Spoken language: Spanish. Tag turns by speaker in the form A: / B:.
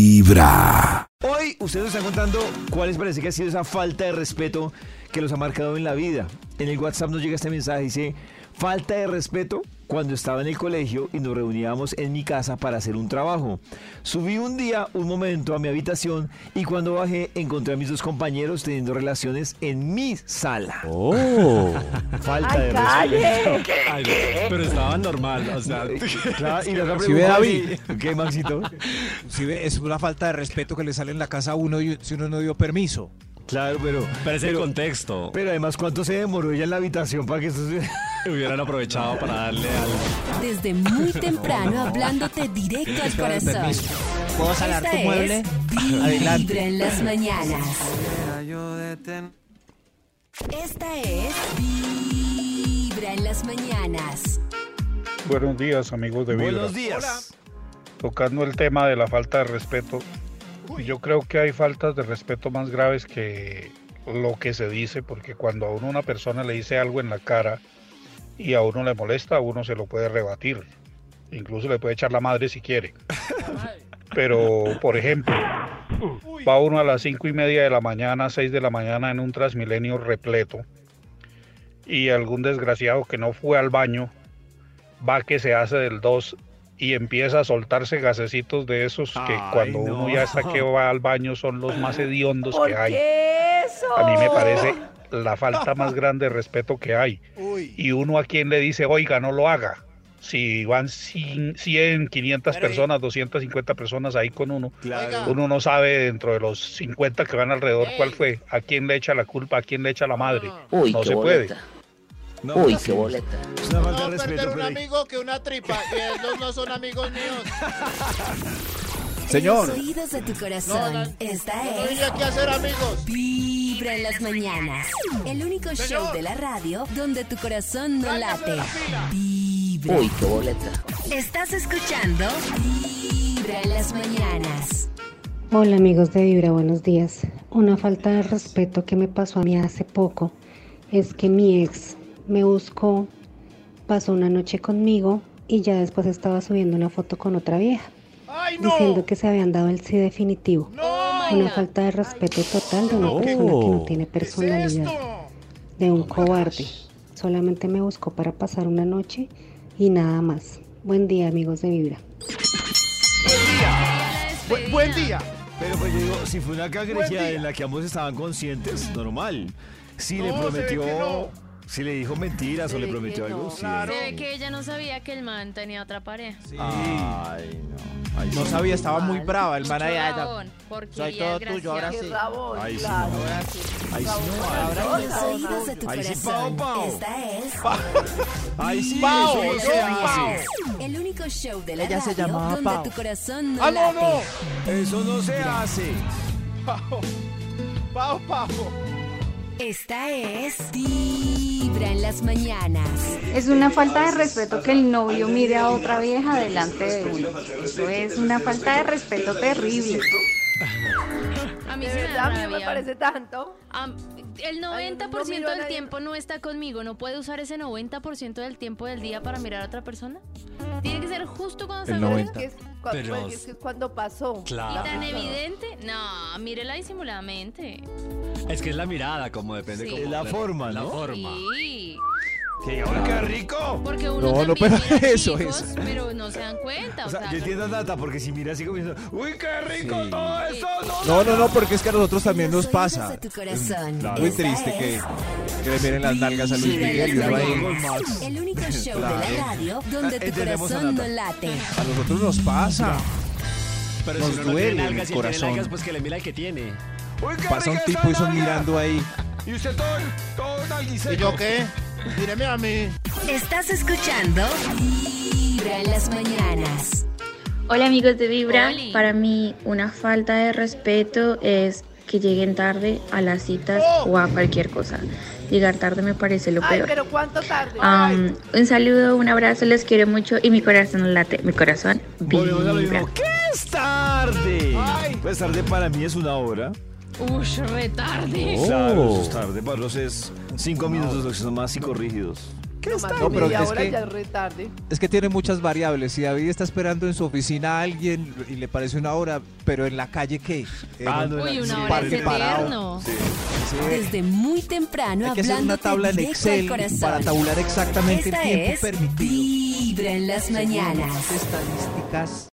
A: Vibra.
B: Hoy ustedes nos están contando cuál les parece que ha sido esa falta de respeto que los ha marcado en la vida. En el WhatsApp nos llega este mensaje, dice, falta de respeto cuando estaba en el colegio y nos reuníamos en mi casa para hacer un trabajo. Subí un día, un momento, a mi habitación y cuando bajé encontré a mis dos compañeros teniendo relaciones en mi sala.
C: Oh.
B: Falta
D: ¡Ay,
B: de
D: calle!
E: Ay, no, pero estaba normal, o sea,
B: respeto. Claro, y la otra
C: Si ve
B: pregunta,
C: David.
B: ¿Qué, Maxito?
F: Sí, ve, es una falta de respeto que le sale en la casa a uno y- si uno no dio permiso.
B: Claro, pero...
E: pero es el
B: pero-
E: contexto.
B: Pero además, ¿cuánto se demoró ella en la habitación para que esto se...
E: Hubieran aprovechado para darle algo.
G: Desde muy temprano hablándote directo al corazón.
F: ¿Puedo salar
G: Esta
F: tu mueble?
G: es
F: Adelante.
G: Vibra en las mañanas. Esta es Vibra en las mañanas.
H: Buenos días, amigos de Vibra.
B: Buenos días.
H: Tocando el tema de la falta de respeto, yo creo que hay faltas de respeto más graves que lo que se dice, porque cuando a uno una persona le dice algo en la cara y a uno le molesta, a uno se lo puede rebatir. Incluso le puede echar la madre si quiere. Pero, por ejemplo, va uno a las cinco y media de la mañana, 6 de la mañana en un Transmilenio repleto y algún desgraciado que no fue al baño va que se hace del 2 y empieza a soltarse gasecitos de esos que
B: Ay,
H: cuando
B: no.
H: uno ya está que va al baño son los más hediondos
D: ¿Por
H: que hay.
D: qué eso?
H: A mí me parece la falta más grande de respeto que hay. Y uno a quien le dice, oiga, no lo haga. Si van 100, 100, 500 personas, 250 personas ahí con uno, uno no sabe dentro de los 50 que van alrededor cuál fue, a quién le echa la culpa, a quién le echa la madre.
I: Uy,
H: no
I: qué
H: se puede.
I: boleta. Uy, qué boleta.
B: Es una falta
J: No
B: de respeto.
J: perder un
B: pero hay-
J: amigo que una tripa y ellos no son amigos míos.
C: Señor.
G: En los oídos de tu corazón.
J: No, no.
G: Esta
J: No
G: es
J: vine aquí a ser amigos.
G: Vibra en las mañanas. El único show de la radio donde tu corazón no late. Vibra.
I: Uy, qué boleta.
G: Estás escuchando Vibra en las mañanas.
K: Hola amigos de Vibra, buenos días. Una falta de respeto que me pasó a mí hace poco es que mi ex me buscó, pasó una noche conmigo y ya después estaba subiendo una foto con otra vieja,
J: ¡Ay, no!
K: diciendo que se habían dado el sí definitivo.
J: ¡No!
K: Una falta de respeto total de una persona que no tiene
J: ¿Qué es
K: personalidad,
J: esto? Oh,
K: de un cobarde. Solamente me buscó para pasar una noche y nada más. Buen día amigos de Vibra.
J: Bu- buen día.
B: Pero pues yo digo, si fue una cangrejeada
J: día.
B: en la que ambos estaban conscientes, normal. Si le
J: No, se ve
B: prometió,
J: que no.
B: si le dijo mentiras o le
L: ve
B: prometió
L: que
B: algo,
L: no.
B: sí.
J: Claro.
L: Se ve que ella no sabía que el man tenía otra pareja.
B: Ay, no. Ay,
F: No
B: sí.
F: sabía, estaba muy brava el man ahí. ay,
L: Rabón, porquería,
F: Soy todo tuyo, ahora
D: ¡Qué
L: desgraciado.
F: sí.
D: rabón!
B: Ay, sí,
D: claro.
B: Ay, sí, no. Ay,
D: Ahora
G: Los oídos de tu
B: Ahí sí,
G: corazón.
B: Pau, Pau.
G: Esta es
B: Ay, sí,
J: Pau,
B: eso no
J: yo,
B: se hace.
G: el único show de la
F: Ella se
G: radio
F: llamaba
G: donde
F: Pau.
G: tu corazón no
J: ¡Ah, no,
G: late.
J: no!
B: Eso no se hace.
J: ¡Pau, pau!
G: Esta es Vibra en las mañanas.
K: Es una falta de respeto que el novio mire a otra vieja delante de uno. Eso es una falta de respeto terrible.
L: A mí
D: De
L: se me
D: verdad,
L: da
D: a mí no me
L: rabia.
D: parece tanto.
L: Am- el 90%
D: miro a
L: del
D: nadie.
L: tiempo no está conmigo. ¿No puede usar ese 90% del tiempo del día para mirar a otra persona? Tiene que ser justo cuando
C: El
L: salga de-
C: 90.
D: Que es cua-
E: Pero-
D: pues, es que es cuando pasó.
L: ¿Y
E: Claro.
L: tan evidente? No, mírela disimuladamente.
E: Es que es la mirada, como depende
L: Sí.
E: como
B: Es la forma,
E: La
B: ¿no?
E: forma.
L: Sí.
B: Sí, ahora qué rico.
L: Porque
F: No,
L: uno
F: no,
L: también
F: pero
L: mira
F: eso
L: chicos,
F: es.
L: pero no se dan cuenta.
B: O
L: O
B: sea,
L: sea,
B: yo
L: no-
B: entiendo a Nata, porque si mira así como diciendo, uy, qué rico
C: Sí.
B: todo eso, no.
F: No, no, no, porque es que a nosotros también
G: Eh, Los
F: nos
G: oídos de
F: pasa.
G: tu corazón.
F: Es Muy
G: Esta
F: triste
G: es
F: que, que le miren las nalgas a Luis
G: Vibra en
F: Miguel y
G: las
F: uno ahí.
G: mañanas. El único show de la radio donde tu
B: Entendemos a
G: corazón no
B: Nata.
G: late.
F: A nosotros nos pasa.
E: Pero
F: Nos
E: si uno no
F: duele
E: tiene
F: el
E: nalgas, y él tiene
F: corazón.
E: nalgas, pues que le mira el que tiene.
B: Uy, qué
F: Pasa un
B: rica
F: tipo y
B: esa
F: son
B: nalga.
F: mirando ahí.
B: Y usted todo, todo nalguiseco.
J: ¿Y yo qué? Míreme a mí.
G: Estás escuchando Vibra en las mañanas.
K: Hola amigos de Vibra.
L: Oli.
K: Para mí una falta de respeto es que lleguen tarde a las citas o a cualquier cosa. Llegar tarde me parece lo
D: Oh. Ay,
K: peor.
D: pero ¿cuánto tarde?
K: Um, un saludo, un abrazo, les quiero mucho y mi corazón late, mi corazón
B: Volvemos a lo
K: vibra.
B: mismo. ¿Qué es tarde? Pues tarde para mí es una hora.
L: Ush, retarde.
B: Claro, eso es tarde. Para los es cinco minutos, los que son más psicorrígidos.
F: ¿Qué
D: No,
F: es
D: más
F: tarde?
D: media
F: es
D: hora
F: que,
D: ya es re tarde.
F: es que tiene muchas variables. Si David está esperando en su oficina a alguien y le parece una hora, pero en la calle, ¿qué? En
B: Ah,
F: un
B: no, en la-
L: Uy, una
B: sí,
L: hora
F: parque
L: es
F: parado.
L: eterno.
G: Desde muy temprano
F: Hay que hacer una
G: hablándote
F: tabla en
G: directo al
F: Excel
G: corazón.
F: para tabular exactamente
G: Esta
F: el tiempo
G: es
F: permitido.
G: Vibra en las
F: según
G: mañanas.
F: Estadísticas